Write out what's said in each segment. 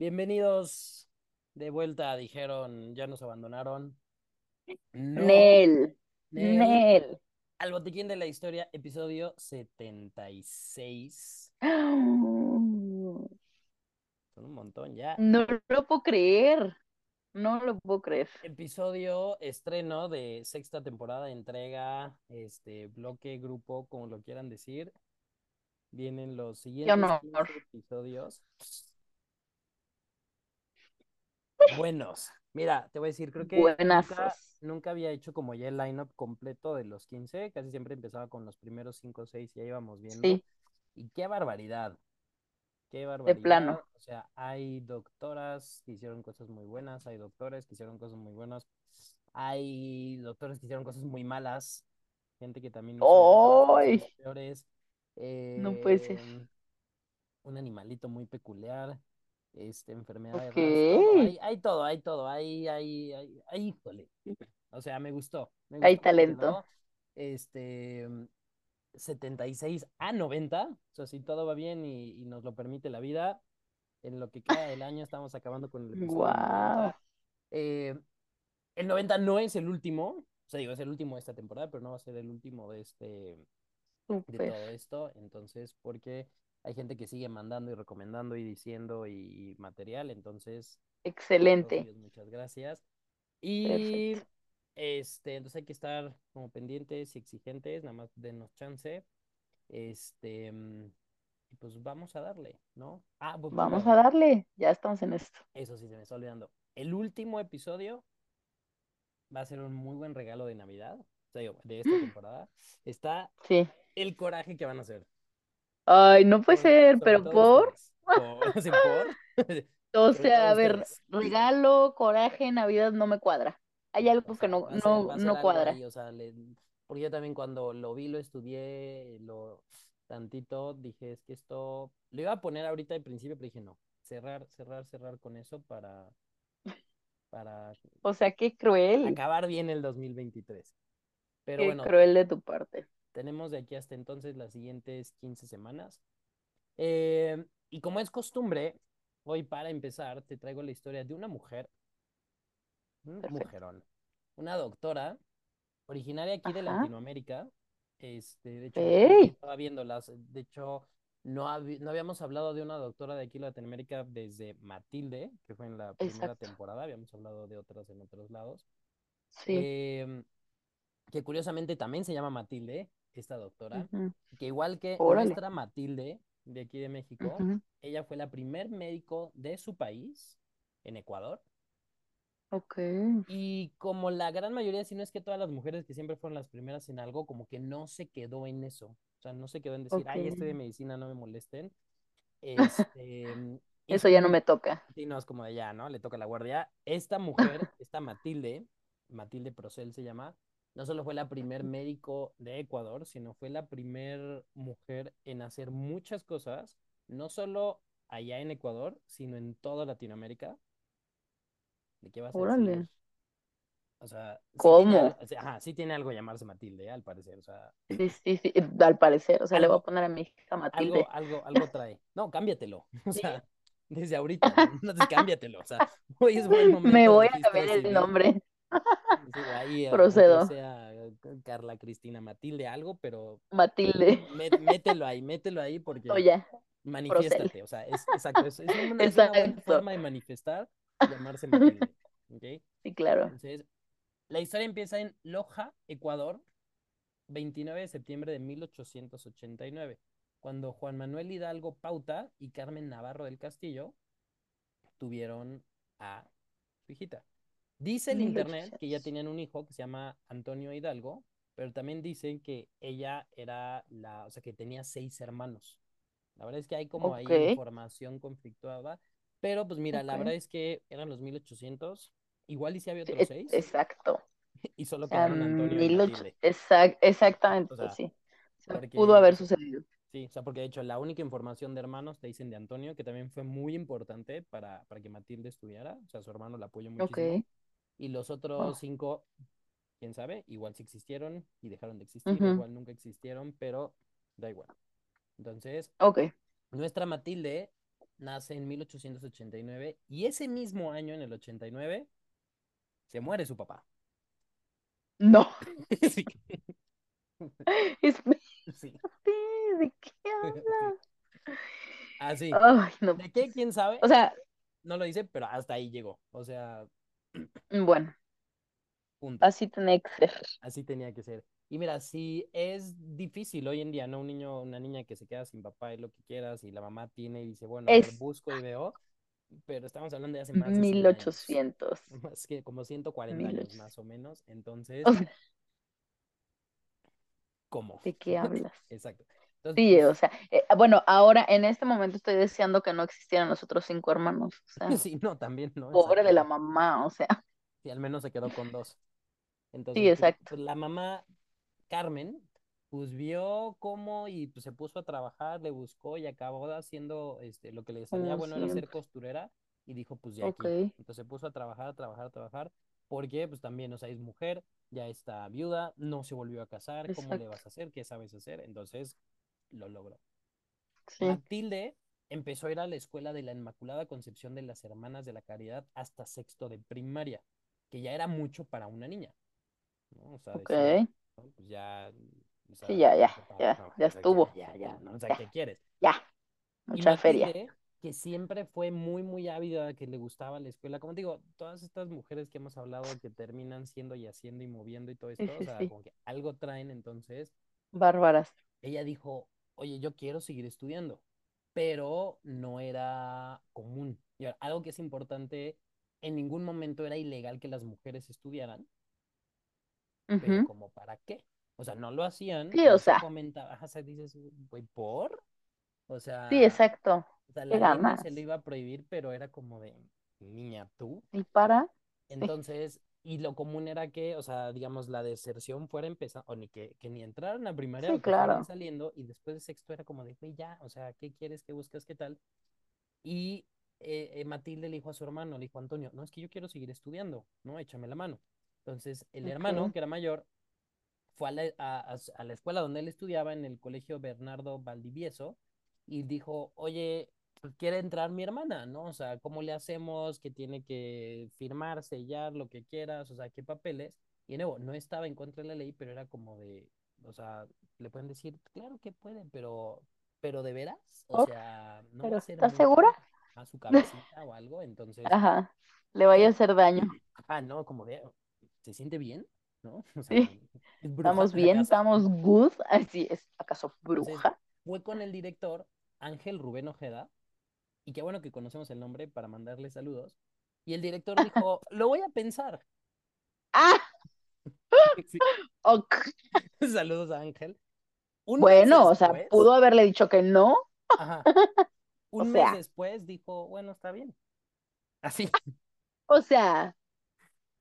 Bienvenidos de vuelta, dijeron, ya nos abandonaron. No, Nel, Nel, Nel. al botiquín de la historia, episodio 76. Son un montón ya. No lo puedo creer. No lo puedo creer. Episodio estreno de sexta temporada, entrega, este bloque, grupo, como lo quieran decir. Vienen los siguientes honor. 15 episodios. Buenos. Mira, te voy a decir, creo que Buenas. nunca- pues, Nunca había hecho como ya el lineup completo de los 15, casi siempre empezaba con los primeros 5 o 6 y ahí íbamos viendo. Sí, Y qué barbaridad, qué barbaridad. plano. O sea, hay doctoras que hicieron cosas muy buenas, hay doctores que hicieron cosas muy buenas, hay doctores que hicieron cosas muy malas, gente que también hizo ¡Ay! cosas peores. No puede ser. eh, Un animalito muy peculiar, este, enfermedades Ok. raras, todo, hay, hay todo, hay todo, hay, hay, hay, hay- híjole. O sea, me gustó, me Hay gustó cómo talento. quedó. Este, 76 a 90. O sea, si todo va bien y, y nos lo permite la vida, en lo que queda del año estamos acabando con el episodio Guau. 90. Eh, el 90 no es el último. O sea, digo, es el último de esta temporada, pero no va a ser el último de este, de Súper. todo esto. Entonces, porque hay gente que sigue mandando y recomendando y diciendo y, y material. Entonces, a todos Excelente. ellos muchas gracias. Y Perfecto. este, entonces hay que estar como pendientes y exigentes, nada más denos chance. Este, mm, y pues vamos a darle, ¿no? Ah, pues Vamos perdón, a darle. Ya estamos en esto. eso sí se me está olvidando. El último episodio va a ser un muy buen regalo de Navidad, o sea, digo, de esta temporada. Está Sí. el coraje que van a hacer. Ay, no puede Sobre, ser, sobre pero todo por. ustedes. Por, sí, por. O Sobre sea, todo a ver, ustedes. regalo, coraje, Navidad no me cuadra. Hay O algo que sea, no, va a ser, no, va a ser no algo cuadra. ahí, o sea, le- porque yo también cuando lo vi, lo estudié, lo tantito, dije, es que esto, lo iba a poner ahorita al principio, pero dije, no, cerrar, cerrar, cerrar con eso para, para O sea, qué cruel. acabar bien el 2023. Pero Qué bueno, cruel de tu parte. tenemos de aquí hasta entonces las siguientes 15 semanas. Eh, y como es costumbre, hoy para empezar te traigo la historia de una mujer, un Perfecto. mujerón, una doctora originaria aquí de Ajá. Latinoamérica. Este, de hecho, justamente Ey. estaba viéndolas. De hecho, no, habi- no habíamos hablado de una doctora de aquí de Latinoamérica desde Matilde, que fue en la primera Exacto. temporada. Habíamos hablado de otras en otros lados. Sí. Em, que curiosamente también se llama Matilde, esta doctora, Ujú. que igual que Órale. nuestra Matilde de aquí de México, Ujú. ella fue la primer médico de su país, en Ecuador. Ok. Y como la gran mayoría, si no es que todas las mujeres que siempre fueron las primeras en algo, como que no se quedó en eso. O sea, no se quedó en decir, Ok. ay, estoy de medicina, no me molesten. Este, Eso hizo ya no un, me toca. sí, no, es como de ya, ¿no? Le toca la guardia. Esta mujer, esta Matilde, Matilde Procel se llama, no solo fue la primer médico de Ecuador, sino fue la primer mujer en hacer muchas cosas, no solo allá en Ecuador, sino en toda Latinoamérica. ¿De qué vas a decir? Órale. O sea, sí tiene algo, ¿Cómo? o sea, ajá, sí tiene algo llamarse Matilde, ¿eh? al parecer. O sea, Sí, sí, sí. eh, Al parecer. O sea, le voy a algo, poner a mi hija algo, Matilde. algo, algo trae. No, cámbiatelo. O Sí. sea, desde ahorita, ¿no? Entonces cámbiatelo. O sea, hoy es buen Me momento voy de a registro cambiar el civil. nombre. Sí, o ahí, eh, aunque Procedo. sea eh, Carla Cristina Matilde, algo, pero Matilde. Oh, mé- mételo ahí, mételo ahí porque Toya. Procel. manifiéstate. O sea, es exacto, es, es un- es una buena Exacto. forma de manifestar llamarse Matilde. ¿Ok? Sí, claro. Entonces, la historia empieza en Loja, Ecuador. 29 de septiembre de 1889, cuando Juan Manuel Hidalgo Pauta y Carmen Navarro del Castillo tuvieron a su hijita. Dice el internet que ya 1800. tenían un hijo que se llama Antonio Hidalgo, pero también dicen que ella era la, o sea, que tenía seis hermanos. La verdad es que hay como ahí Ok. información conflictuada, pero pues mira, la verdad Ok. es que eran los 1800, igual y si había Sí, otros e- seis, Exacto. y O solo sea, mm, quedaron Antonio y mil ocho- Matilde. exact- O exactamente, sea, sí. O sea, pudo porque haber sucedido. Sí, o sea, porque de hecho la única información de hermanos te dicen de Antonio, que también fue muy importante para, para que Matilde estudiara, o sea, su hermano la apoyó muchísimo, Ok. Ah. y los Wow. otros cinco, quién sabe, igual sí existieron y dejaron de existir, o Ujú. igual nunca existieron, pero da igual. Entonces, Ok. nuestra Matilde nace en 1889 y ese mismo año, en el 89, se muere su papá. No. Sí, Espérate, sí, ¿de qué sí. hablas? Así. Ay, no. ¿De qué? ¿Quién sabe? O sea, No lo dice, pero hasta ahí llegó. O sea, bueno, punto. así tenía que ser. Así tenía que ser. Y mira, si es difícil hoy en día, ¿no? Un niño, una niña que se queda sin papá y lo que quieras, y la mamá tiene y dice, bueno, a ver, Es busco y veo, pero estamos hablando de hace más de 100 años, 1800, más que como 140 años 1800. más o menos, O entonces, sea, ¿cómo? ¿de qué hablas? Exacto. Entonces, Sí, o pues, sea, eh, bueno, ahora en este momento estoy deseando que no existieran los otros cinco hermanos, o sea, sí, no, también, ¿no? pobre de la Exactamente. mamá, o sea, Y al menos se quedó con dos. sí, Entonces, pues, exacto. pues, la mamá, Carmen, pues vio cómo y pues, se puso a trabajar, le buscó y acabó haciendo este, lo que le salía Como bueno era ser siempre. costurera y dijo, pues de aquí. Ok. Entonces se puso a trabajar, a trabajar, a trabajar, porque pues también, o sea, es mujer, ya está viuda, no se volvió a casar, ¿cómo le Exacto. vas a hacer? ¿Qué sabes hacer? Entonces lo logró. Sí. Matilde empezó a ir a la escuela de la Inmaculada Concepción de las Hermanas de la Caridad hasta sexto de primaria, que ya era mucho para una niña. ¿no? O sea, Ok. decía, "No, pues ya, o Sí, sea, ya, ya, ya, pa- ya, no, ya o sea, ya, estuvo. ya, ya, ¿no? O sea, Ya, ¿qué quieres? ya. Y Mucha feria. Matilde, que siempre fue muy, muy ávida, que le gustaba la escuela, como te digo, todas estas mujeres que hemos hablado que terminan siendo y haciendo y moviendo y todo Sí, esto, o sí, sea, sí. como que algo traen, entonces Bárbaras. ella dijo, oye, yo quiero seguir estudiando, pero no era común. Y ahora, algo que es importante, en ningún momento era ilegal que las mujeres estudiaran, pero Ujú. como para qué. O sea, no lo hacían, Sí, o no se sea, fomentaba, ajá, o sea, dices, güey, ¿por? O sí, sea, exacto. o sea, la ¿Qué ley no ganas? se lo iba a prohibir, pero era como de, niña, tú. ¿Y para? Sí. Entonces, y lo común era que, o sea, digamos, la deserción fuera empezando, o ni que, que ni entraran a primaria Sí, o que fueran claro. saliendo, y después de sexto era como de, güey, ya, o sea, ¿qué quieres, qué buscas, qué tal? Y eh, eh, Matilde le dijo a su hermano, le dijo Antonio, no, es que yo quiero seguir estudiando, ¿no? Échame la mano. Entonces, el hermano, Ok. que era mayor, fue a la, a- a s- a la escuela donde él estudiaba, en el colegio Bernardo Valdivieso, y dijo, oye, pues quiere entrar mi hermana, ¿no? O sea, ¿cómo le hacemos? Que tiene que firmar, sellar, lo que quieras, o sea, qué papeles. Y de nuevo, no estaba en contra de la ley, pero era como de, o sea, le pueden decir, claro que puede, pero, pero de veras, o ¿Por? sea, no va a ¿Pero ser estás segura? mucho a su cabecita o algo, entonces, Ajá. Le vaya a ¿qué? hacer daño. Ah, no, como de, ¿se siente bien? ¿No? O sea, Sí. ¿es bruja ¿Estamos bien? acaso? ¿Estamos good? Así es. ¿Acaso Entonces, bruja? fue con el director Ángel Rubén Ojeda, y qué bueno que conocemos el nombre para mandarle saludos. Y el director dijo, lo voy a pensar. ¡Ah! Sí. Ok. Saludos a Ángel. Un mes Bueno, o sea, después, pudo haberle dicho que no. ajá, O un mes sea, después dijo, bueno, está bien. Así. o sea,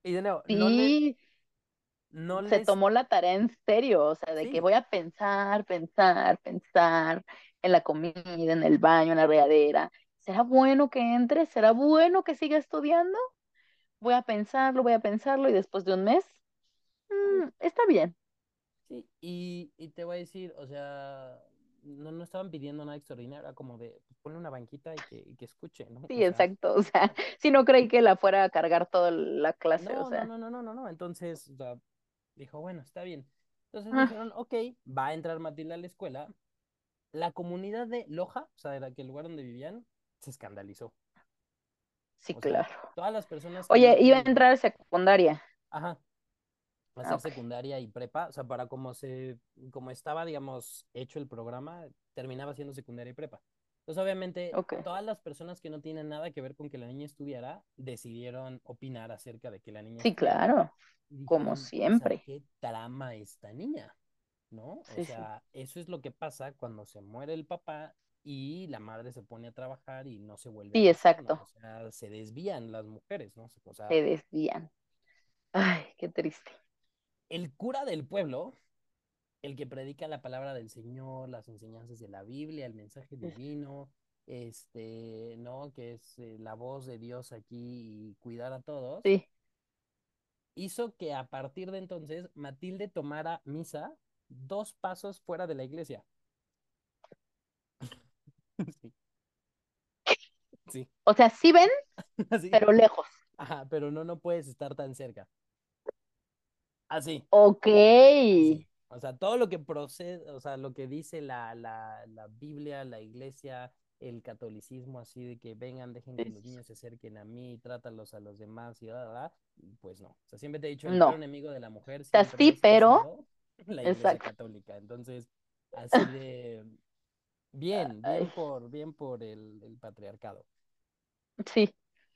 Y de nuevo, no le, sí. no se les, tomó la tarea en serio, o sea, de que sí, voy a pensar, pensar, pensar en la comida, en el baño, en la regadera. ¿Será bueno que entre? ¿Será bueno que siga estudiando? Voy a pensarlo, voy a pensarlo y después de un mes, mm, está bien. sí. Y, y te voy a decir, o sea, no, no estaban pidiendo nada extraordinario, era como de, pues, ponle una banquita y que, y que escuche, ¿no? O Sí, sea, exacto, o sea, si no creí que la fuera a cargar toda la clase, o No, no, sea. no, no, no, no, no. Entonces, o sea, dijo, bueno, está bien. Entonces ah, dijeron, ok, va a entrar Matilda a la escuela. La comunidad de Loja, o sea, era que el lugar donde vivían, se escandalizó. sí, O sea, claro. todas las personas que Oye, iba a iban, entrar a secundaria. ajá, a Ah, hacer ok. secundaria y prepa, o sea, para como se, como estaba, digamos, hecho el programa, terminaba siendo secundaria y prepa. Entonces, obviamente, Ok. todas las personas que no tienen nada que ver con que la niña estudiara, decidieron opinar acerca de que la niña Sí, estudiara. claro, Y como dijeron, o sea, siempre. ¿qué trama esta niña? ¿No? O Sí, sí. sea, eso es lo que pasa cuando se muere el papá y la madre se pone a trabajar y no se vuelve a Sí, casar, ¿no? exacto. O sea, se desvían las mujeres, ¿no? O sea, Se desvían. Ay, qué triste. el cura del pueblo, el que predica la palabra del Señor, las enseñanzas de la Biblia, el mensaje Sí, divino, este, ¿no? Que es eh, la voz de Dios aquí y cuidar a todos, sí. hizo que a partir de entonces Matilde tomara misa dos pasos fuera de la iglesia. Sí. Sí, O sea, sí ven, así. pero lejos. Ajá, pero no, no puedes estar tan cerca. Así. Ok. Sí. O sea, todo lo que procede, o sea, lo que dice la, la, la Biblia, la iglesia, el catolicismo, así de que vengan, dejen que los Sí. niños se acerquen a mí, trátalos a los demás y bla, bla, bla, y pues no. O sea, siempre te he dicho, el No. peor enemigo de la mujer O sea, siempre sí, es, es pero. no, la iglesia Exacto. católica. Entonces, así de bien, bien Ay, por, bien por el, el patriarcado. sí.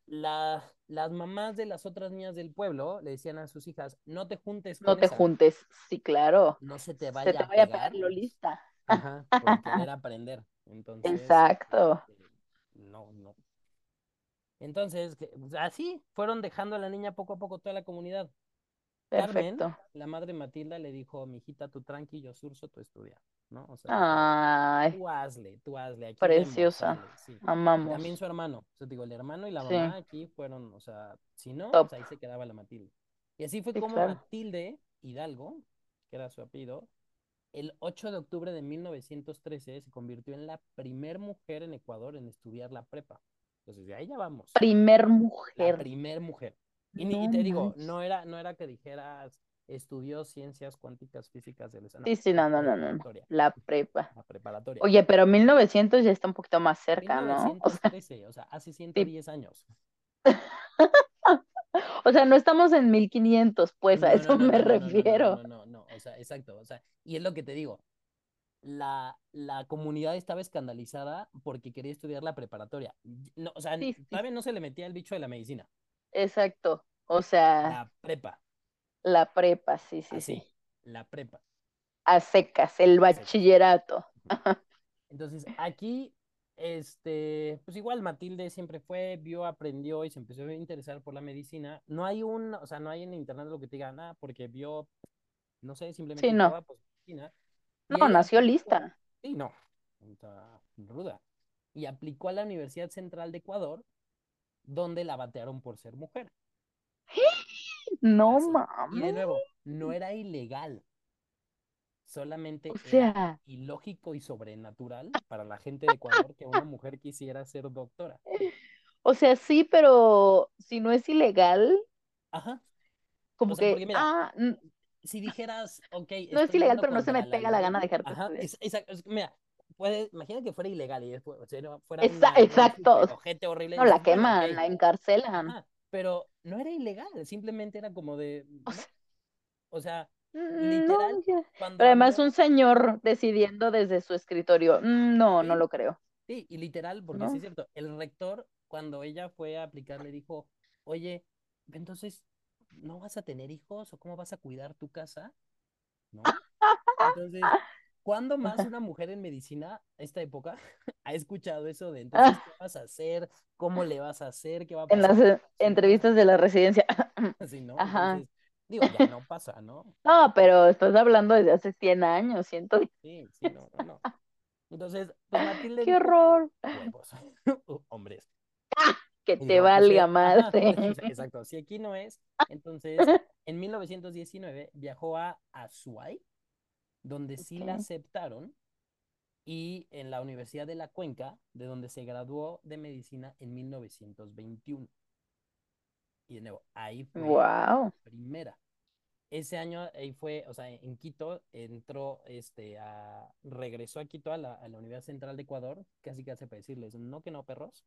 La- las mamás de las otras niñas del pueblo le decían a sus hijas, no te juntes No con te esa, juntes. Sí, claro. no se te Se vaya te a vaya a pegar pegar. Lolita. Ajá, por querer aprender. Entonces, Exacto. este, no, no. Entonces, que- pues, así fueron dejando a la niña poco a poco toda la comunidad. Carmen, Perfecto. la madre Matilda, le dijo, mijita, tú tranqui, yo surzo, tú estudia, ¿no? O sea, Ay, tú hazle, tú hazle, aquí vemos, preciosa. sale, sí. Y también Amamos. su hermano, o sea, digo, el hermano y la Sí, mamá aquí fueron, o sea, si no, pues top. ahí se quedaba la Matilde. Y así fue Sí, como claro. Matilde Hidalgo, que era su apellido, el 8 de octubre de 1913 se convirtió en la primer mujer en Ecuador en estudiar la prepa. Entonces, de ahí ya vamos. Primer La mujer. primer mujer. Y, ni- y No te digo, manches. no era, no era que dijeras estudió ciencias cuánticas físicas de la... No, Sí, sí, la no, no, no, no. no. preparatoria. La prepa. La preparatoria. Oye, pero 1900 ya está un poquito más cerca, ¿no? O sea, 1913, o sea, hace sí. 110 años. O sea, no estamos en 1500, pues a No, no, eso no, no, no, no, me no, no, no, refiero. no, no, no. O sea, exacto. O sea, y es lo que te digo. la, la comunidad estaba escandalizada porque quería estudiar la preparatoria. Y- No, o sea, Sí, sí, todavía no se le metía el bicho de la medicina, exacto. O sea, la prepa, la prepa, Ah, sí, sí, sí. así, la prepa, A secas, el a secas. bachillerato. Ujú. Entonces, aquí, este, pues igual Matilde siempre fue, vio, aprendió y se empezó a interesar por la medicina. No hay un, o sea, no hay en internet lo que te diga nada porque vio, no sé, Sí, simplemente dijo, no. ah, pues medicina. Y Ah, No, ella nació aplicó, lista. sí, no, está ruda, y aplicó a la Universidad Central de Ecuador, donde la batearon por ser mujer. No Así. Y de mames. nuevo, Mm. no era ilegal, O solamente era sea, ilógico y sobrenatural para la gente de Ecuador que una mujer quisiera ser doctora. o sea, sí, pero si no es ilegal, Ajá. O como sea, que, porque mira, ah, n- si dijeras, ok, no es estoy ilegal, yendo pero no se me contra la pega la gana pues. ley, dejarte ajá, estudiar. es, esa- es- mira, puede, imagina que fuera ilegal y después, o sea, no, fuera Esa- una ley exacto. súper ojete, horrible, No, la dices, bueno, ok, queman, la encarcelan. ajá, pero no era ilegal, simplemente era como de, O bueno, sea, o sea, mm, no, literal, Pues ya. cuando Pero además habló, un señor decidiendo desde su escritorio. "Mm, No, no sí, lo creo. sí, y literal, porque sí es No. cierto, el rector, cuando ella fue a aplicar, le dijo, oye, entonces, ¿no vas a tener hijos o cómo vas a cuidar tu casa? ¿No? Entonces, ¿cuándo más una mujer en medicina, esta época, ha escuchado eso de entonces qué vas a hacer, cómo le vas a hacer, qué va a En las pasar? eh, Si no, entrevistas de la residencia. así no, Ajá. entonces, digo, ya no pasa, ¿no? Pero No, pero estás hablando desde hace 100 años, ciento sí, sí, no, no, no. Entonces, pues Matilde ¡Qué dijo, horror! huevos, uh, hombres. Que Y te dijo, pues, valga eh, ajá, madre. o sea, exacto, si aquí no es, entonces, en 1919 viajó a Azuay, donde sí la Ok. aceptaron. y en la Universidad de la Cuenca, de donde se graduó de medicina en 1921. Y de nuevo, ahí fue la Wow. primera. Ese año ahí fue, o sea, en Quito entró, este, a, regresó a Quito a la, a la Universidad Central de Ecuador, casi casi para decirles, no que no, perros.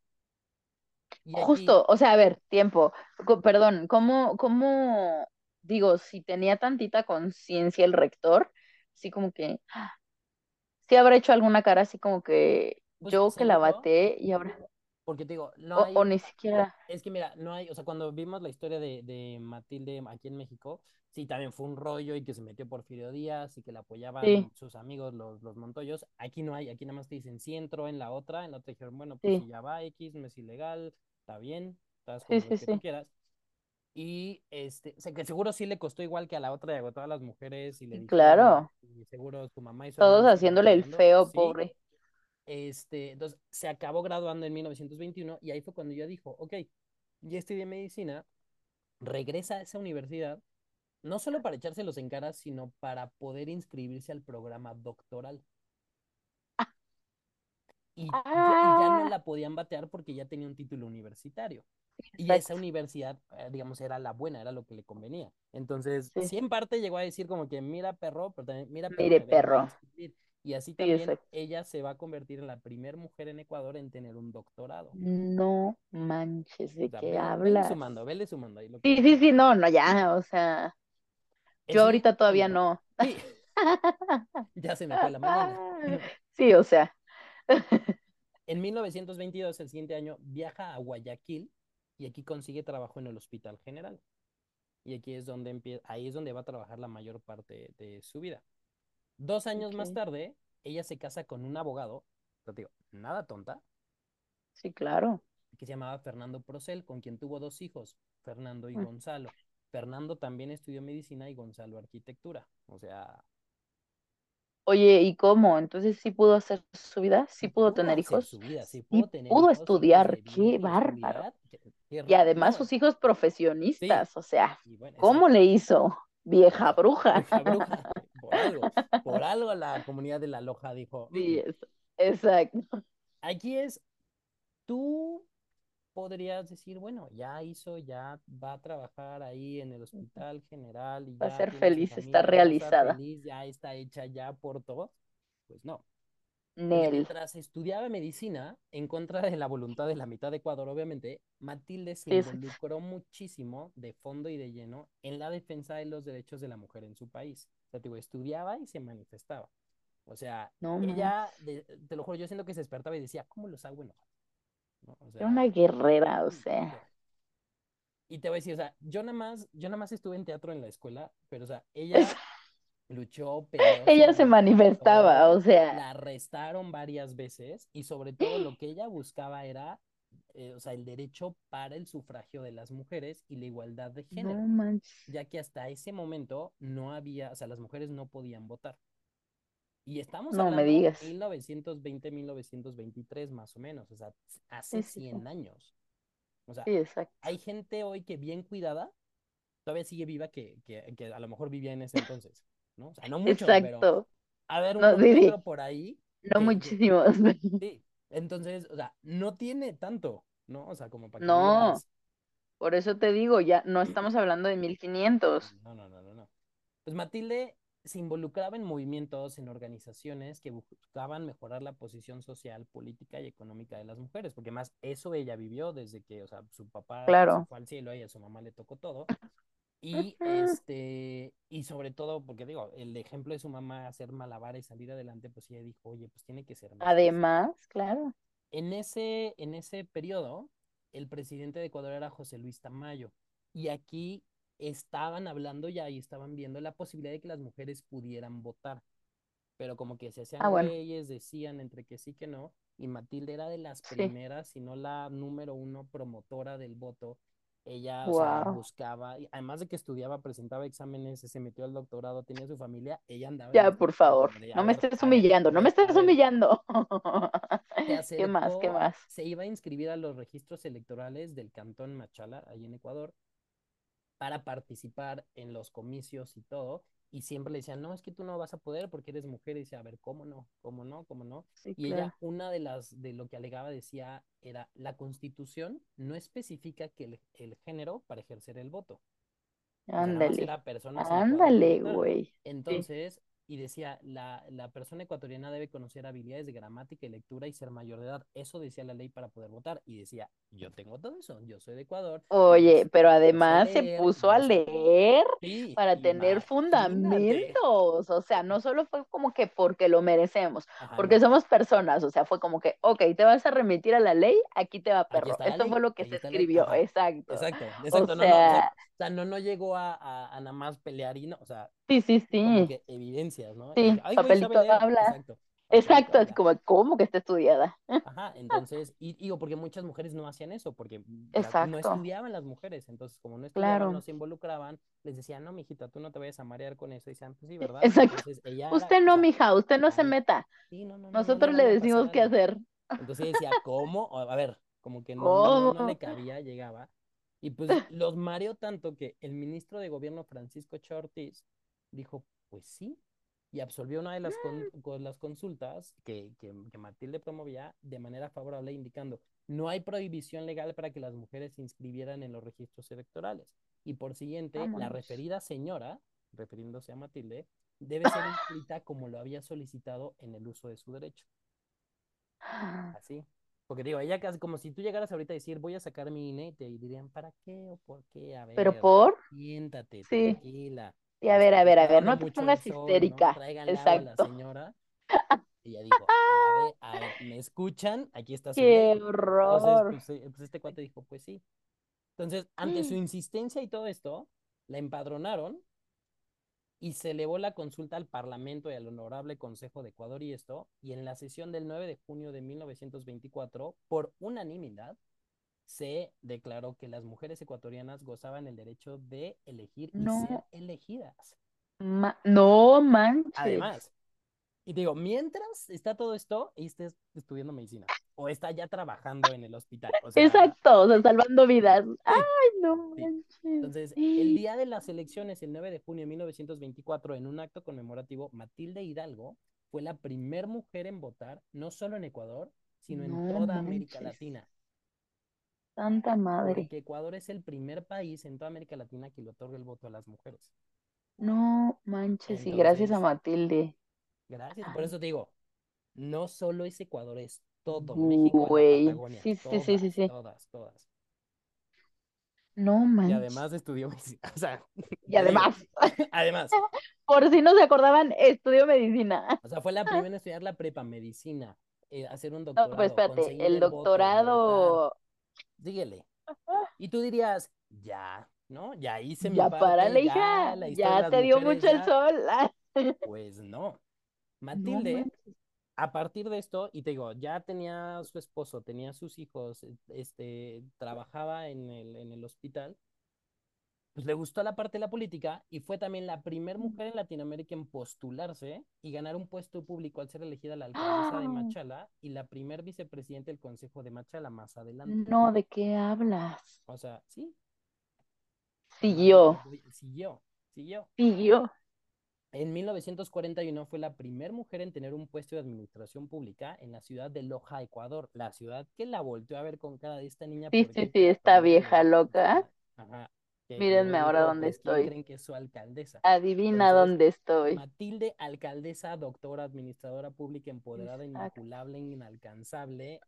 Y aquí, Justo, o sea, a ver, tiempo. Co- perdón, ¿cómo, cómo digo, si tenía tantita conciencia el rector, sí como que, sí habrá hecho alguna cara así como que pues yo que la seguro, bate y ahora, porque te digo, no o, o hay, ni siquiera, Es que mira, no hay, o sea, cuando vimos la historia de, de Matilde aquí en México, sí, también fue un rollo y que se metió Porfirio Díaz y que la sí, apoyaban sus amigos, los, los Montoyos. Aquí no hay, aquí nada más te dicen sí entró en la otra, en la otra dijeron, bueno, pues sí, si ya va X, no es ilegal, está bien, estás sí, como sí, los que tú sí, quieras. Y este, o sea, que seguro sí le costó igual que a la otra, y a todas las mujeres y le y dijeron, claro, y seguro su mamá y su todos hermano estaban haciéndole el peleando, feo, sí. pobre. Este, entonces se acabó graduando en 1921 y ahí fue cuando yo dijo, ok, ya estudié medicina, regresa a esa universidad, no solo para echárselos en cara, sino para poder inscribirse al programa doctoral. y ya, y ya no Ah, la podían batear porque ya tenía un título universitario. Y esa exacto. universidad, eh, digamos, era la buena, era lo que le convenía. Entonces, Sí. sí en parte llegó a decir como que mira perro, pero también mira perro, Mire, te voy a dejar perro. inscribir. Y así Sí, también exacto. ella se va a convertir en la primera mujer en Ecuador en tener un doctorado. No manches, O ¿de sea, qué vele, vele hablas? sumando, vele sumando ahí lo que Sí, te sí, digo. sí, no, no, ya, o sea, yo Es un ahorita todavía hito. no. Sí, ya se me fue la mañana. Sí, o sea. En 1922, el siguiente año, viaja a Guayaquil y aquí consigue trabajo en el Hospital General. Y aquí es donde empieza, ahí es donde va a trabajar la mayor parte de su vida. Dos años más Ok, tarde, ella se casa con un abogado, pero te digo, nada tonta, sí, claro. que se llamaba Fernando Procel, con quien tuvo dos hijos, Fernando y Mm, Gonzalo. Fernando también estudió medicina y Gonzalo arquitectura. O sea, Oye, ¿y cómo? Entonces sí pudo hacer su vida, sí pudo pudo hacer tener hijos, su vida, sí sí pudo tener pudo hijos, sí estudiar, qué concebir, bárbaro. estudiar. Qué, qué Y además raro. sus hijos Sí, profesionistas, o sea, y bueno, ¿cómo exacto. le hizo? Vieja Vieja, bruja. vieja bruja, por algo, por algo la comunidad de la Loja dijo, "Mm". Sí, eso, exacto. Aquí es, tú podrías decir, bueno, ya hizo, ya va a trabajar ahí en el hospital general y Va a ya ser tiene su feliz, está familia, va a estar realizada. feliz, ya está hecha ya por todos. Pues no, porque Nel, mientras estudiaba medicina, en contra de la voluntad de la mitad de Ecuador, obviamente, Matilde se sí, exacto. involucró muchísimo de fondo y de lleno en la defensa de los derechos de la mujer en su país. O sea, te digo, estudiaba y se manifestaba. O sea, No ella, manches. de- te lo juro, yo siento que se despertaba y decía, ¿cómo los hago enojar? ¿no? O Era una sea, guerrera, o sí, sea. guerra. Y te voy a decir, o sea, yo nada más, yo nada más estuve en teatro en la escuela, pero, o sea, Es- ella luchó, peleó, se Ella se manifestaba, manifestó, o sea, la arrestaron varias veces y sobre todo lo que ella buscaba era, eh, o sea, el derecho para el sufragio de las mujeres y la igualdad de no género, manches. ya que hasta ese momento no había, o sea, las mujeres no podían votar. Y estamos No me hablando digas. 1920, 1923 más o menos, o sea, hace Sí, sí, sí. 100 años. O sea, Sí, exacto. hay gente hoy que bien cuidada todavía sigue viva que, que, que a lo mejor vivía en ese entonces, ¿no? O sea, no muchos, pero Exacto. a ver No, uno sí, que sí. otro por ahí que, No que muchísimos. sí. Entonces, o sea, no tiene tanto, ¿no? O sea, como para que No, digas, por eso te digo, ya no estamos hablando de 1500. no, no, no, no, no. Pues Matilde se involucraba en movimientos, en organizaciones que buscaban mejorar la posición social, política y económica de las mujeres, porque más eso ella vivió desde que, o sea, su papá se Claro. fue al cielo y a su mamá le tocó todo. Y Ujú. este, y sobre todo, porque digo, el ejemplo de su mamá hacer malabares, salir adelante, pues ella dijo, oye, pues tiene que ser más fácil. Además, claro. En ese, en ese periodo, el presidente de Ecuador era José Luis Tamayo. Y aquí estaban hablando ya y estaban viendo la posibilidad de que las mujeres pudieran votar. Pero como que se Ah, hacían bueno, güeyes, decían entre que sí que no. Y Matilde era de las sí. primeras, si no la número uno promotora del voto. Ella, o sea, Wow. buscaba, y además de que estudiaba, presentaba exámenes, se metió al doctorado, tenía su familia, ella andaba en Ya, este por pedo favor, como de, a no me ver, estés a ver, a humillando, no me ver, a estés ver humillando. se ¿Qué más? ¿Qué acercó, más? se iba a inscribir a los registros electorales del Cantón Machala, ahí en Ecuador, para participar en los comicios y todo, y siempre le decían, no, es que tú no vas a poder porque eres mujer, y dice, a ver, ¿cómo no? ¿Cómo no? ¿Cómo no? Sí, Y ella, claro. una de las, de lo que alegaba decía, era, la Constitución no especifica que el, el género para ejercer el voto. O sea, nada más Ándale, era personas en Ecuador que ándale, votaran. güey. Sí. Entonces, y decía, la, la persona ecuatoriana debe conocer habilidades de gramática y lectura y ser mayor de edad. Eso decía la ley para poder votar. Y decía, yo tengo todo eso, yo soy de Ecuador, yo, Oye, s- pero yo sé además se leer, puso a yo sé todo. leer Sí, para tener imagínate. fundamentos, o sea, no solo fue como que porque lo merecemos, Ajá, porque no. somos personas, o sea, fue como que, ok, te vas a remitir a la ley, aquí te va Aquí perro. está la Esto ley, fue lo que aquí se está la ley, escribió, ajá, exacto. exacto, O exacto, no, no, o sea, sea, o sea, no, no llegó a, a, a nada más pelear y no, o sea, sí, sí, como sí, que evidencias, ¿no? Y dije, sí, ay, güey, sabe papelito leer, habla, exacto, papelito exacto, es habla. como, ¿cómo que está estudiada? Ajá, entonces, y digo, porque muchas mujeres no hacían eso, porque la- no Exacto, estudiaban las mujeres, entonces como no estudiaban, no claro, se involucraban, les decían, no, mijita, tú no te vayas a marear con eso, y decían, pues sí, ¿verdad? E exacto. Entonces ella era, Usted o no, sea, mija, usted no se ajá, meta, sí, no, no, no, no le nosotros vaya le a pasar decimos qué algo. hacer. Entonces decía, ¿cómo? O- A ver, como que no, no, no, no le ¿Cómo? cabía, llegaba. Y pues los mareó tanto que el ministro de gobierno Francisco Chá Ortiz dijo, pues sí. y absolvió una de las, con- con las consultas que, que- que Matilde promovía de manera favorable, indicando, no hay prohibición legal para que las mujeres se inscribieran en los registros electorales. Y por siguiente, la Vámonos. referida señora, refiriéndose a Matilde, debe ser inscrita como lo había solicitado en el uso de su derecho. Así. Porque digo, ella casi como si tú llegaras ahorita a decir, voy a sacar mi INE, y te dirían, ¿para qué o por qué? A Pero ver, por, siéntate, sí. tranquila. Y a ver, Este, a le ver, a está ver, dando no te mucho el pongas sol, ¿no? histérica. Traiga el agua a la Exacto. señora. Y ella dijo, a ver, a ver, ¿me escuchan? Aquí está su ¡Qué ley. Entonces, horror! pues, eh, pues este cuate dijo, pues sí. Entonces, ante Mm. su insistencia y todo esto, la empadronaron y se elevó la consulta al Parlamento y al Honorable Consejo de Ecuador y esto, y en la sesión del 9 de junio de 1924, por unanimidad, se declaró que las mujeres ecuatorianas gozaban el derecho de elegir y ser No, elegidas. ma- no manches. Además, y digo, mientras está todo esto, y estés estudiando medicina o está ya trabajando en el hospital, o sea, Exacto, o sea, salvando vidas. sí, ¡Ay, no sí. manches! Entonces, el día de las elecciones, el 9 de junio de 1924, en un acto conmemorativo, Matilde Hidalgo fue la primer mujer en votar, no solo en Ecuador, sino en No toda América manches. Latina, Santa madre. porque Ecuador es el primer país en toda América Latina que le otorga el voto a las mujeres. No manches, y gracias a Entonces, Matilde. gracias. Por Ay, eso te digo, no solo es Ecuador, es todo México y la güey. Patagonia, Sí, sí, sí, sí, todas, sí. todas, todas. No Y manches. además estudió medicina, o sea, Y te digo, además, además. por si no se acordaban, estudio medicina. O sea, fue la primera en estudiar la prepa, medicina, eh, hacer un Ah. No, pero doctorado, espérate, conseguir el el voto, votar, doctorado. dígale. ah, Y tú dirías, ya, ¿no? Ya hice mi Ya para la parte, ya hija, la historia de ya las te dio mujeres, mucho el ya. sol. ah. Pues no. No Matilde, manches. a partir de esto, y te digo, ya tenía su esposo, tenía sus hijos, e- este, trabajaba en el, en el hospital, pues le gustó la parte de la política y fue también la Mm. primera mujer en Latinoamérica en postularse y ganar un puesto público al ser elegida la alcaldesa de ¡Ah! Machala y la primer vicepresidenta del Consejo de Machala más adelante. No, ¿de qué hablas? O sea, sí, a lo que Siguió, voy- siguió, siguió. siguió. En 1941 fue la primera mujer en tener un puesto de administración pública en la ciudad de Loja, Ecuador, la ciudad que la volteó a ver con cara de esta niña, Sí, ¿por sí, qué sí, quiere esta tomar vieja mi... O loca. sea, ajá, que Mírenme llegó y ahora dijo, dónde pues, ¿quién estoy. creen que es su alcaldesa? Adivina Entonces, dónde estoy. Matilde, alcaldesa, doctora, administradora pública, empoderada, Exacto. inmaculable, inalcanzable,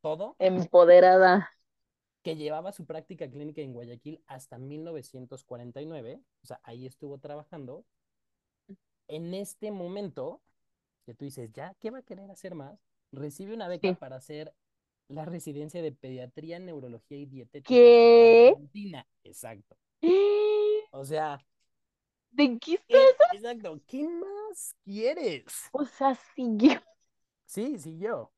todo, Empoderada. que llevaba su práctica clínica en Guayaquil hasta 1949, o sea, ahí estuvo trabajando. En este momento, que tú dices, ya, ¿qué va a querer hacer más? Recibe una beca Sí. para hacer la residencia de pediatría, neurología y dietéticas en ¿Qué? Argentina. Exacto. ¿De O sea, qué ¿qué? estás? Exacto. ¿Qué más quieres? O sea, siguió. Sí, sí, yo.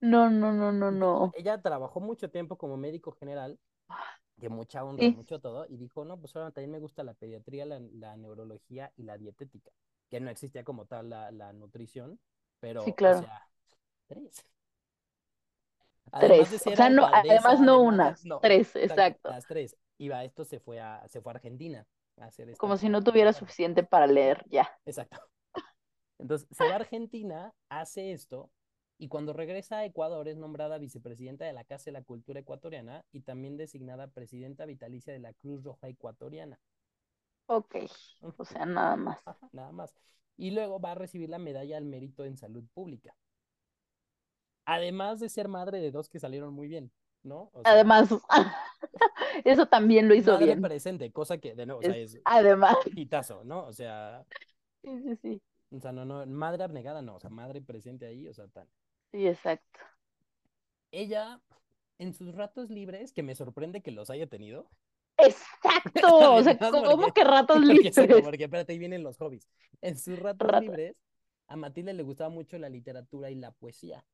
No, no, no, no, Y te digo, no. ella trabajó mucho tiempo como médico general, de mucha honra, Sí. mucho todo, y dijo, no, pues ahora también me gusta la pediatría, la, la neurología y la dietética, que no existía como tal la, la nutrición, Sí, pero, o claro. sea, tres. Además de Tres. O ser sea, no, alcaldesa, además no además de... una, No, tres, exacto, exacto. las tres. Y va, esto se fue a, se fue a Argentina a hacer esta Como si carrera no como tuviera tal. suficiente para leer ya. Exacto. Entonces, se va a Argentina, hace esto, y cuando regresa a Ecuador es nombrada vicepresidenta de la Casa de la Cultura Ecuatoriana y también designada presidenta vitalicia de la Cruz Roja Ecuatoriana. Ok. Ujú, O sea, nada más. ajá, Nada más. Y luego va a recibir la medalla al mérito en salud pública. Además de ser madre de dos que salieron muy bien, ¿no? O sea, Además, eso también lo hizo madre bien. presente, cosa que, de nuevo, o sea, Es, es además. hitazo, ¿no? O sea, Sí, sí, sí. o sea, no, no, madre abnegada, no, o sea, madre presente ahí, o sea, tan. Sí, exacto. Ella, en sus ratos libres, que me sorprende que los haya tenido, Exacto. O sea, además ¿cómo porque, que ratos porque exacto, libres? porque espérate, ahí vienen los hobbies. En sus ratos Rato. libres, a Matilde le gustaba mucho la literatura y la poesía.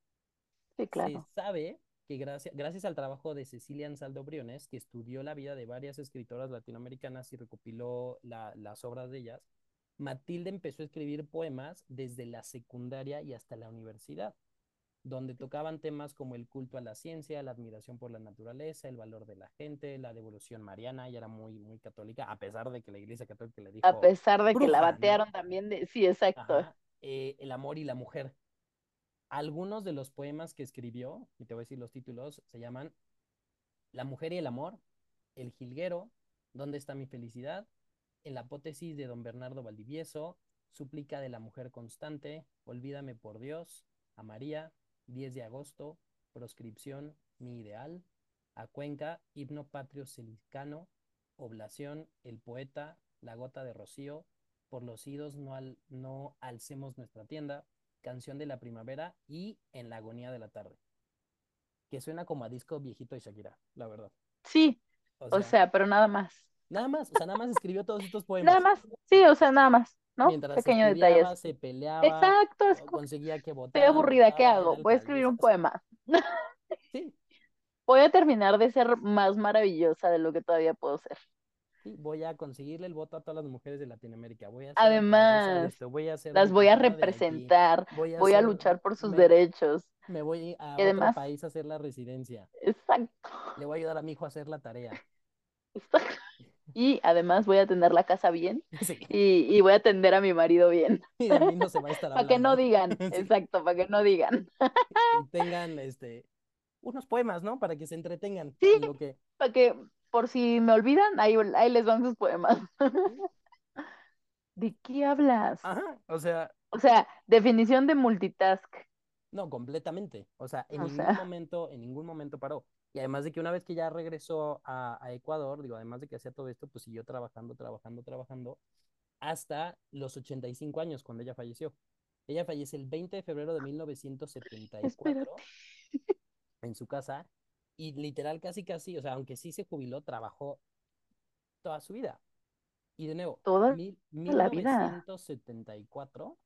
Sí, Se claro. sabe que gracias, gracias al trabajo de Cecilia Ansaldo Briones, que estudió la vida de varias escritoras latinoamericanas y recopiló la- las obras de ellas, Matilde empezó a escribir poemas desde la secundaria y hasta la universidad. donde tocaban temas como el culto a la ciencia, la admiración por la naturaleza, el valor de la gente, la devolución mariana, ella era muy, muy católica, a pesar de que la iglesia católica le A dijo, pesar de que bruja, la ¿no? batearon también de... Sí, exacto. Ajá, eh, el amor y la mujer. Algunos de los poemas que escribió, y te voy a decir los títulos, se llaman La mujer y el amor, El jilguero, ¿Dónde está mi felicidad? En la hipótesis de don Bernardo Valdivieso, Súplica de la mujer constante, Olvídame por Dios, a María, 10 de agosto, Proscripción, mi ideal, a Cuenca, Himno patrio celicano, Oblación, el poeta, La gota de rocío, por los idos no, al- no alcemos nuestra tienda, Canción de la primavera y En la agonía de la tarde, que suena como a disco viejito de Shakira, la verdad. Sí, O o sea, sea, pero nada más. nada más, o sea, nada más escribió todos estos Nada poemas. más. Sí, o sea, nada más, ¿no? Mientras Pequeños estudiaba, detalles. se peleaba, Exacto, es o como que conseguía que estoy votaran, aburrida, ¿qué votaba, era hago? Voy a escribir alcaldesa. un O sea, poema. sí, Voy a terminar de ser más maravillosa de lo que todavía puedo ser. sí, voy a conseguirle el voto a todas las mujeres de Latinoamérica, voy a ser alcaldesa de Además, esto, voy a ser las voy a diputada de Haití, representar, voy a voy a ser, luchar por sus me, derechos. me voy a Y otro además, país a hacer la residencia, exacto, le voy a ayudar a mi hijo a hacer la tarea. exacto. Y además voy a tener la casa bien Sí, y, y voy a atender a mi marido bien. y de mí no se va a estar Para que hablando, no digan, sí, exacto, para que no digan. y tengan, este, unos poemas, ¿no? Para que se entretengan Sí, en lo que, para que por si me olvidan, ahí, ahí les van sus poemas. sí, ¿De qué hablas? ajá, o sea... O sea, definición de multitask. No, completamente. O sea, en O ningún sea, momento, en ningún momento paró. Y además de que una vez que ya regresó a, a Ecuador, digo, además de que hacía todo esto, pues siguió trabajando, trabajando, trabajando, hasta los 85 años cuando ella falleció. Ella fallece el 20 de febrero de espérate. 1974 en su casa y literal casi casi, o sea, aunque sí se jubiló, trabajó toda su vida. Y de nuevo, Toda mil, la vida. 1974,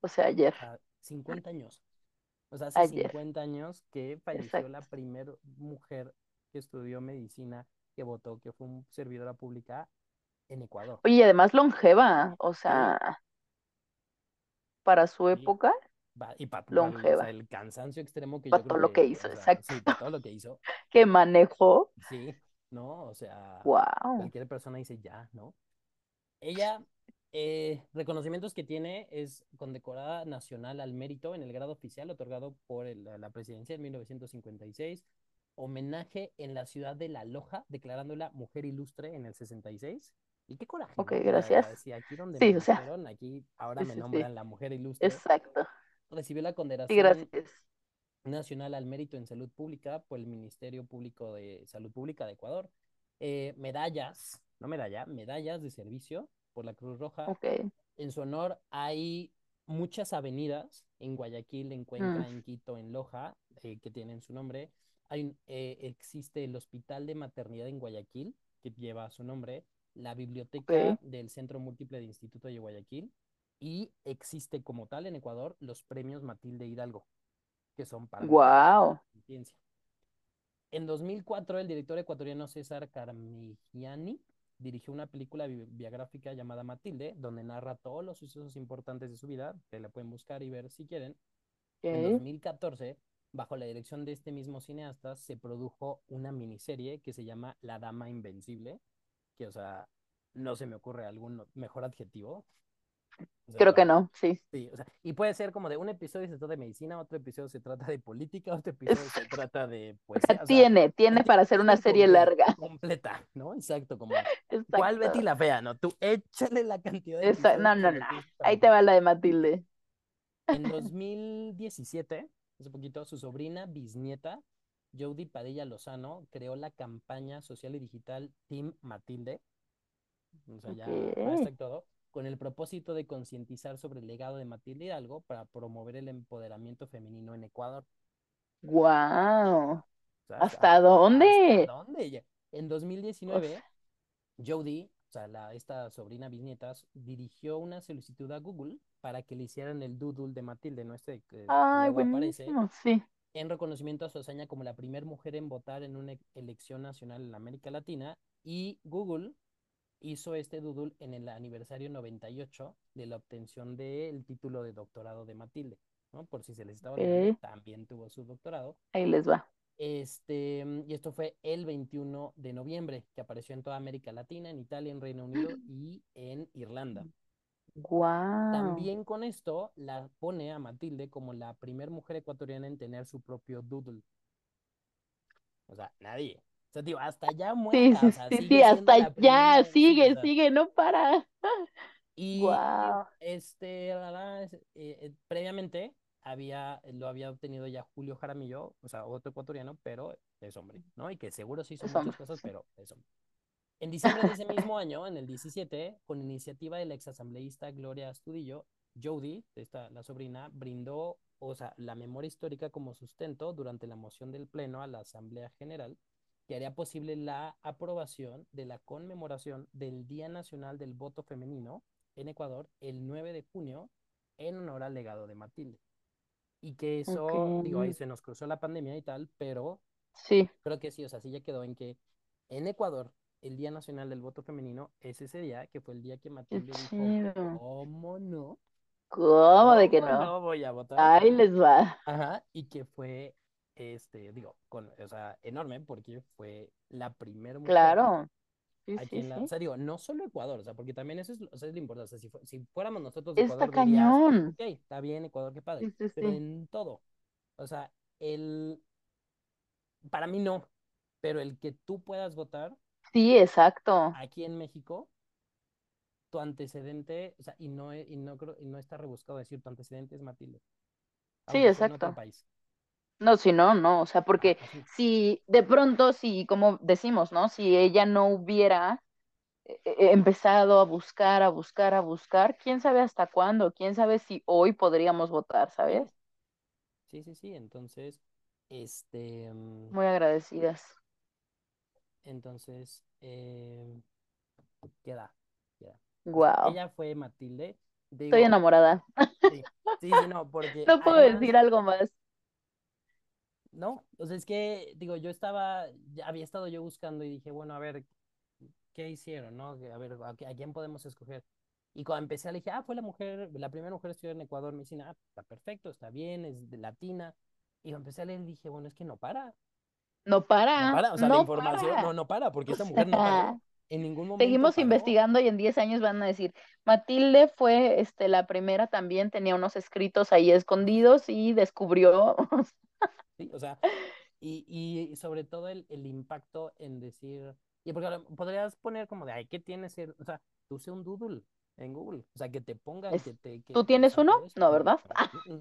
O sea, ayer. o sea, 50 años. O sea, hace Ayer. 50 años que falleció la Exacto. primera mujer que estudió medicina, que votó, que fue un servidora pública en Ecuador. Oye, y además longeva. O Sí, sea, para su sí. época, Va- y para o sea, longeva. el cansancio extremo que Para yo creo todo lo que que, hizo. o sea, Exacto. sí, para todo lo que hizo, Que manejó. sí, ¿no? O sea, Wow. cualquier persona dice ya, ¿no? Ella, eh, reconocimientos que tiene es condecorada nacional al mérito en el grado oficial otorgado por el- la la presidencia en 1956, homenaje en la ciudad de La Loja, declarándola mujer ilustre en el 66. Y qué coraje, Ok, ¿no? O sea, gracias. decía, aquí donde me Sí, o sea, dijeron, aquí ahora sí, me sí, sí. nombran la mujer ilustre. Exacto. Recibió la Sí, condenación gracias. Nacional al Mérito en Salud Pública por el Ministerio Público de Salud Pública de Ecuador, eh, medallas, no medalla, medallas de servicio por la Cruz Roja. Ok. En su honor hay muchas avenidas en Guayaquil, en Mm. Cuenca, en Quito, en Loja, eh, que tienen su nombre. Hay un- eh, existe el Hospital de Maternidad en Guayaquil, que lleva su nombre, la Biblioteca Ok. del Centro Múltiple de Instituto de Guayaquil, y existe como tal en Ecuador los premios Matilde Hidalgo que son para mujeres Wow. en ciencia. En 2004, el director ecuatoriano César Carmigiani dirigió una película bi- biográfica llamada Matilde, donde narra todos los sucesos importantes de su vida, que la pueden buscar y ver si quieren. En Ok. 2014, bajo la dirección de este mismo cineasta, se produjo una miniserie que se llama La Dama Invencible, que, o sea, no se me ocurre algún o- mejor adjetivo. O Creo que sea, no. Sí. Sí, o sea, y puede ser como de un episodio se trata de medicina, otro episodio se trata de política, otro episodio se Exacto. trata de O sea, poesía, Pues o sea, tiene, tiene para hacer una tiene con serie qué, larga. completa, ¿no? Exacto, como, ¿cuál Betty Exacto. la fea, no? Tú échale la cantidad de Esa- no, episodios no, que le no. quieres para Ahí te meter. va la de Matilde. En 2017, hace poquito, su sobrina bisnieta, Jody Padilla Lozano, creó la campaña social y digital Team Matilde, o sea, ya Ok. hashtag todo, con el propósito de concientizar sobre el legado de Matilde Hidalgo para promover el empoderamiento femenino en Ecuador. Wow. O sea, hasta, ¿Hasta hasta dónde? dónde. lle- En O 2019, sea, Jodie, o sea, la, esta sobrina bisnieta, s- dirigió una solicitud a Google para que le hicieran el doodle de Matilde, ¿no? Este que ay, luego aparece, buenísimo, sí. en reconocimiento a su hazaña como la primera mujer en votar en una e- elección nacional en América Latina. Y Google hizo este doodle en el aniversario 98 de la obtención del título de doctorado de Matilde. ¿no? Por si se les estaba olvidando, Ok, también tuvo su doctorado. ahí les va. Este, y esto fue el 21 de noviembre, que apareció en toda América Latina, en Italia, en Reino Unido y en Irlanda. Wow. También con esto la pone a Matilde como la primer mujer ecuatoriana en tener su propio doodle. O sea, nadie. O sea, digo, hasta ya Sí, muerta, o sí, sea, sí, sigue sí, siendo hasta la ya, primera, sí, o sigue, sea. sigue, no para. Y Wow. este, la verdad es, eh, eh, previamente había, lo había obtenido ya Julio Jaramillo, o sea, otro ecuatoriano, pero es hombre, ¿no? Y que seguro sí hizo Es muchas hombre, cosas, sí. pero es hombre. En diciembre de ese mismo año, en el 17, con iniciativa de la exasambleísta Gloria Astudillo, Jody, esta, la sobrina, brindó, o sea, la memoria histórica como sustento durante la moción del Pleno a la Asamblea General, que haría posible la aprobación de la conmemoración del Día Nacional del Voto Femenino en Ecuador el 9 de junio en honor al legado de Matilde. Y que Ok. eso, digo, ahí se nos cruzó la pandemia y tal, pero... Sí. Creo que sí, o sea, sí ya quedó en que en Ecuador el Día Nacional del Voto Femenino es ese día, que fue el día que Qué Matilde dijo, "Oh, chido. ¿cómo no? ¿Cómo de que ¿Cómo no? no voy a votar? Ahí les va. Ajá, y que fue, este, digo, con, o sea, enorme porque fue la primera mujer Claro. Sí, a sí, quien la, o sí. sea, digo, no solo Ecuador, o sea, porque también eso es, lo- o sea, es lo importante, o sea, si, fue- si fuéramos nosotros de Está Ecuador dirías, cañón. ok, está bien Ecuador, qué padre, Sí, sí, pero sí. en todo, o sea, el, para mí no, pero el que tú puedas votar. Sí, exacto. aquí en México, tu antecedente, o sea, y no, e- y no creo, y no está rebuscado decir tu antecedente es Matilde, Sí, aunque sea en otro exacto. país. No, si no, no, o sea, Ah, porque así. si de pronto, si como decimos, ¿no? Si ella no hubiera eh, eh, empezado a buscar, a buscar, a buscar, quién sabe hasta cuándo, quién sabe si hoy podríamos votar, ¿sabes? Sí, sí, sí, sí. Entonces, este, mm, Muy agradecidas. entonces, eh, queda, queda. O sea, Wow, ella fue Matilde, estoy digo, enamorada. sí, sí, sí, no, porque No puedo además, decir algo más. no, o sea, es que, digo, yo estaba, ya había estado yo buscando y dije, bueno, a ver, ¿qué hicieron, no? Que, A ver, ¿a, qué- a quién podemos escoger? Y cuando empecé, le dije, ah, fue la mujer, la primera mujer estudiar en Ecuador, me dicen, ah, está perfecto, está bien, es de latina. Y cuando empecé a leer, dije, bueno, es que no para, No no para, para, o sea, la Ah, no información, no, para. no para, porque O esta mujer no paró, sea, en ningún momento seguimos paró. investigando y en 10 años van a decir, Matilde fue este, la primera también, tenía unos escritos ahí escondidos y descubrió. Sí, o sea, y, y sobre todo el, el impacto en decir, y porque ahora podrías poner como de, ay, ¿qué tiene ser? O sea, tú usa un doodle en Google, o sea, que te pongan, Es- que te, que, ¿tú que, o tienes sea, uno? todo eso, No, no, ¿verdad? Ah. no, mm, mm,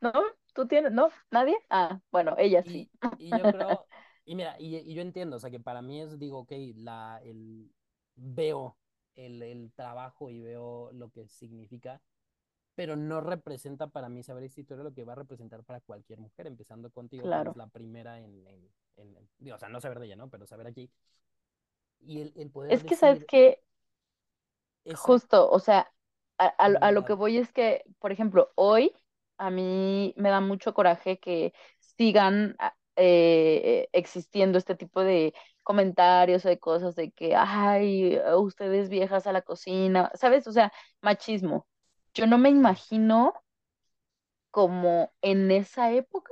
¿no? No, tú tienes, no, nadie. Ah, bueno, ella sí. Y, y yo creo, y mira, y, y yo entiendo, o sea, que para mí es, digo, ok, la, el, veo el, el trabajo y veo lo que significa, pero no representa para mí saber esta historia lo que va a representar para cualquier mujer, empezando contigo, que eres Claro, la primera en, en, en- en- digo, o sea, no saber de ella, ¿no? Pero saber aquí. Y el, el poder es que sabes decir, que esa justo, o sea, a, a- es mi a lo que legado. voy es que, por ejemplo, hoy a mí me da mucho coraje que sigan a- eh, existiendo este tipo de comentarios o de cosas de que, ay, ustedes viejas a la cocina, ¿sabes? O sea, machismo. Yo no me Claro. imagino como en esa época.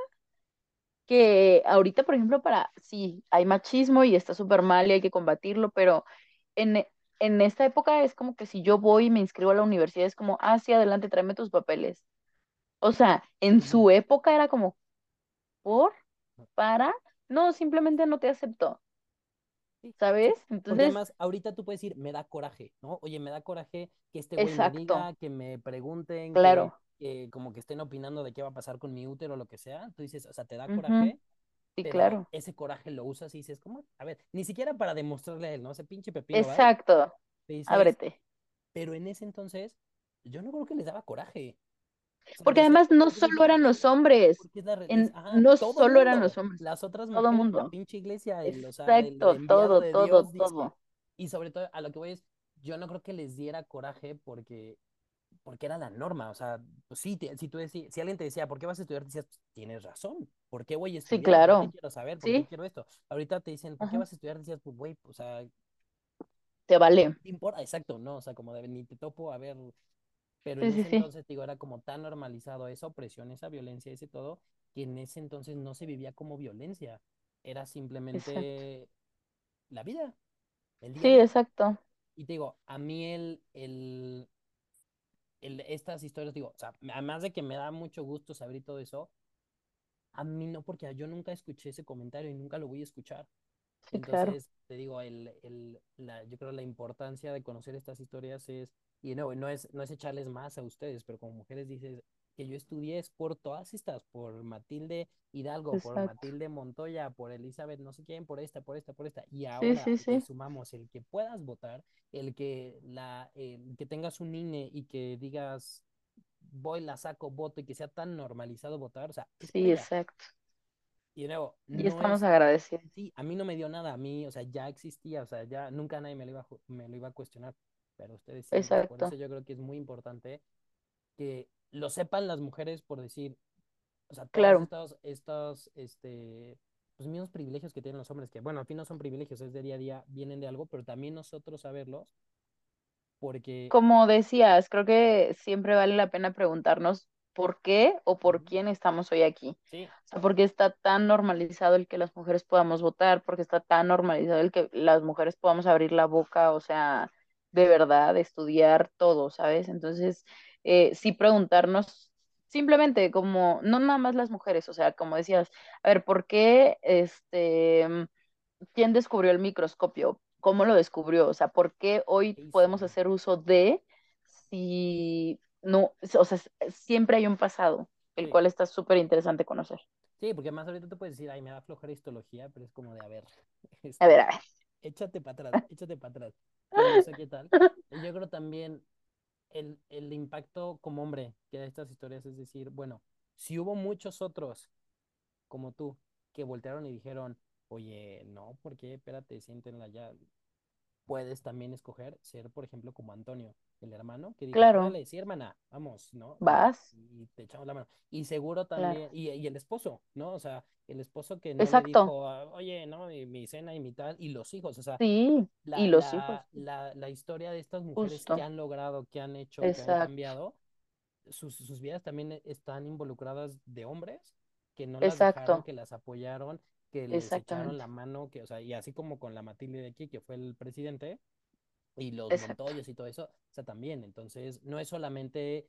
que ahorita, por ejemplo, para, sí, hay machismo y está súper mal y hay que combatirlo, pero en, e- en esta época es como que si yo voy y me inscribo a la universidad, es como, ah, sí, adelante, tráeme tus papeles. O sea, en Ujú. su época era como, ¿por? ¿Para? No, simplemente no te acepto, Sí, ¿sabes? sí. Porque Entonces, además, ahorita tú puedes decir, me da coraje, ¿no? Oye, me da coraje que este güey me exacto, diga, que me pregunten, que, claro. que eh, como que estén opinando de qué va a pasar con mi útero o lo que sea. Tú dices, o sea, te da ujú, coraje, Sí, pero claro. ese coraje lo usas y dices, ¿cómo? A ver, ni siquiera para demostrarle a él, ¿no? Ese pinche pepino, ¿verdad? Exacto, Te dices, ábrete. pero en ese entonces, yo no creo que les daba coraje. O sea, Porque decía, además no porque es solo eran los difícil, hombres, porque es la realidad. en, Ajá, no todo solo eran los mundo, hombres, las otras todo mujeres, la mundo. pinche iglesia, el, o sea, el Exacto, enviado todo, de todo, Dios dice, todo. y sobre todo a lo que voy es, yo no creo que les diera coraje porque, porque era la norma. O sea, pues sí, te- si tú decías, si alguien te decía, ¿por qué vas a estudiar? Decías, "Pues, tienes razón. ¿Por qué voy a Sí, estudiar? ¿Por qué claro. quiero saber? ¿Por qué Sí, quiero esto? Ahorita te dicen, ¿por qué ajá. vas a estudiar? Decías, pues, güey, o sea, Te vale. ¿qué importa? Exacto, no, o sea, como de, ni te topo, a ver. Pero Sí, en sí, ese sí. entonces, digo, era como tan normalizado esa opresión, esa violencia, ese todo, que en ese entonces no se vivía como violencia, era Exacto. simplemente la vida, el día a Sí, día. exacto. Y te digo, a mí el, el, el- estas historias, digo, o sea, además de que me da mucho gusto saber y todo eso, a mí no, porque yo nunca escuché ese comentario y nunca lo voy a escuchar. Sí, claro. Entonces, te digo, el, el, la, yo creo la importancia de conocer estas historias es, y no, no es, no es echarles más a ustedes, pero como mujeres dices, que yo estudié es por todas estas, por Matilde Hidalgo, por Exacto. Matilde Montoya, por Elizabeth, no sé quién, por esta, por esta, por esta, y Sí, ahora sí, le sí. sumamos el que puedas votar, el que, la, el que tengas un INE y que digas, voy, la saco, voto, y que sea tan normalizado votar, o sea, es Sí, pelea. exacto. Y de nuevo, Y no estamos es, agradecidos. sí, a mí no me dio nada, a mí, o sea, ya existía, o sea, ya nunca nadie me lo iba a, ju- me lo iba a cuestionar, pero ustedes sí, entonces por eso Exacto. yo creo que es muy importante que lo sepan las mujeres por decir, o sea, todos Claro. estos, estos, este, los mismos privilegios que tienen los hombres, que bueno, al fin no son privilegios, es de día a día, vienen de algo, pero también nosotros saberlos, porque, Como decías, creo que siempre vale la pena preguntarnos por qué o por Ujú. quién estamos hoy aquí. sí, O sea, por qué está tan normalizado el que las mujeres podamos votar, por qué está tan normalizado el que las mujeres podamos abrir la boca, o sea, de verdad, estudiar todo, ¿sabes? Entonces, eh, sí preguntarnos simplemente como, no nada más las mujeres, o sea, como decías, a ver, ¿por qué este... ¿Quién descubrió el microscopio? ¿Cómo lo descubrió? O sea, ¿por qué hoy ¿qué podemos hizo? hacer uso de si no, o sea, siempre hay un pasado, el Sí. cual está súper interesante conocer. Sí, porque más ahorita te puedes decir, ay, me da flojera histología, pero es como de, a ver, A ver, a este, ver. échate para atrás, échate para atrás, que no sé qué tal. Y yo creo también el, el impacto como hombre que da estas historias es decir, bueno, si hubo muchos otros como tú que voltearon y dijeron, oye, no, porque Espérate, siéntenla ya. Puedes también escoger ser, por ejemplo, como Antonio, el hermano, que dijo, Claro, órale, sí, hermana, vamos, ¿no? Y, vas, y te echamos la mano. Y seguro claro. también, y, y el esposo, ¿no? O sea, el esposo que no le Exacto, dijo, "Ah, oye, no, y mi cena y mi tal, y los hijos, o sea, sí, y la, los la, hijos, sí, la, la historia de estas mujeres que justo, han logrado, que han hecho, que han exacto, cambiado, sus, sus vidas también e- están involucradas de hombres que no las dejaron, exacto, que las apoyaron, que les echaron la exactamente, mano, que, o sea, y así como con la Matilde de aquí, que fue el presidente, y los exacto, Montoyos y todo eso, o sea, también. Entonces, no es solamente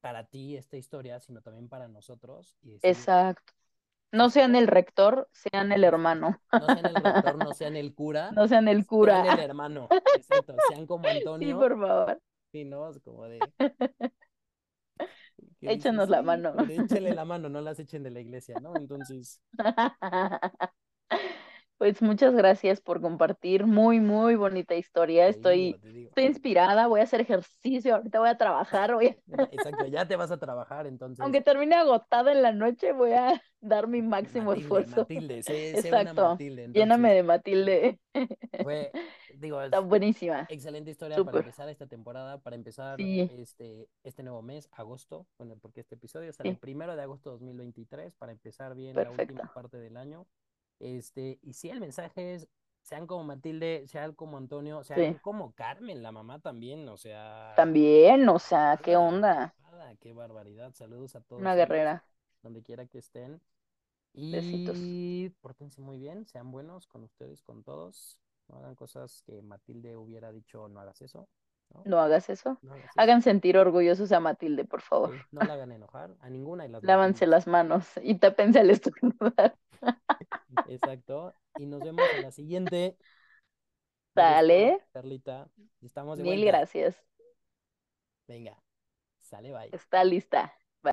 para ti esta historia, sino también para nosotros y decir, exacto. sí, No sí, sean el rector, sean el exacto. hermano, No sean el rector, no sean el cura, no sean el sean cura. el hermano, exacto, sean como Sí, Antonio, por favor, y no, es como de, que dices, échanos la sí, mano. pero échale la mano, no las echen de la iglesia, ¿no? Entonces, Pues muchas gracias por compartir. Muy, muy bonita historia. te digo, Estoy, te digo. estoy inspirada. Voy a hacer ejercicio. Ahorita voy a trabajar. Voy a- Ya, exacto, ya te vas a trabajar, entonces, Aunque termine agotada en la noche, voy a dar mi máximo Matilde, esfuerzo. Matilde, sé, sé una Exacto. Matilde, Lléname entonces, Pues, de Matilde. fue, digo, Está es, buenísima. Excelente historia para Súper. empezar esta temporada, para empezar Sí, este, este nuevo mes, agosto, bueno, porque este episodio sale el sí. primero de agosto de 2023, para empezar bien la última Perfecto. parte del año. Este, y sí, el mensaje es, sean como Matilde, sean como Antonio, sean Sí. como Carmen, la mamá también, o sea, También, o sea, ¿qué guerrera, onda? rifada, qué barbaridad. Saludos a Una todos ellos, guerrera. donde quiera que estén. Besitos. Y pórtense muy bien, sean buenos con ustedes, con todos. No hagan cosas que Matilde hubiera dicho, no hagas eso, ¿no? No hagas eso. No hagas eso. Hagan sentir orgullosos a Matilde, por favor. Sí, no la hagan enojar a ninguna de las Lávanse Matildes. las manos y tápense al estornudar. Exacto. Y nos vemos en la siguiente. Un gusto, Sale. Carlita. Estamos de Mil vuelta. gracias. Venga, sale, bye. Está lista.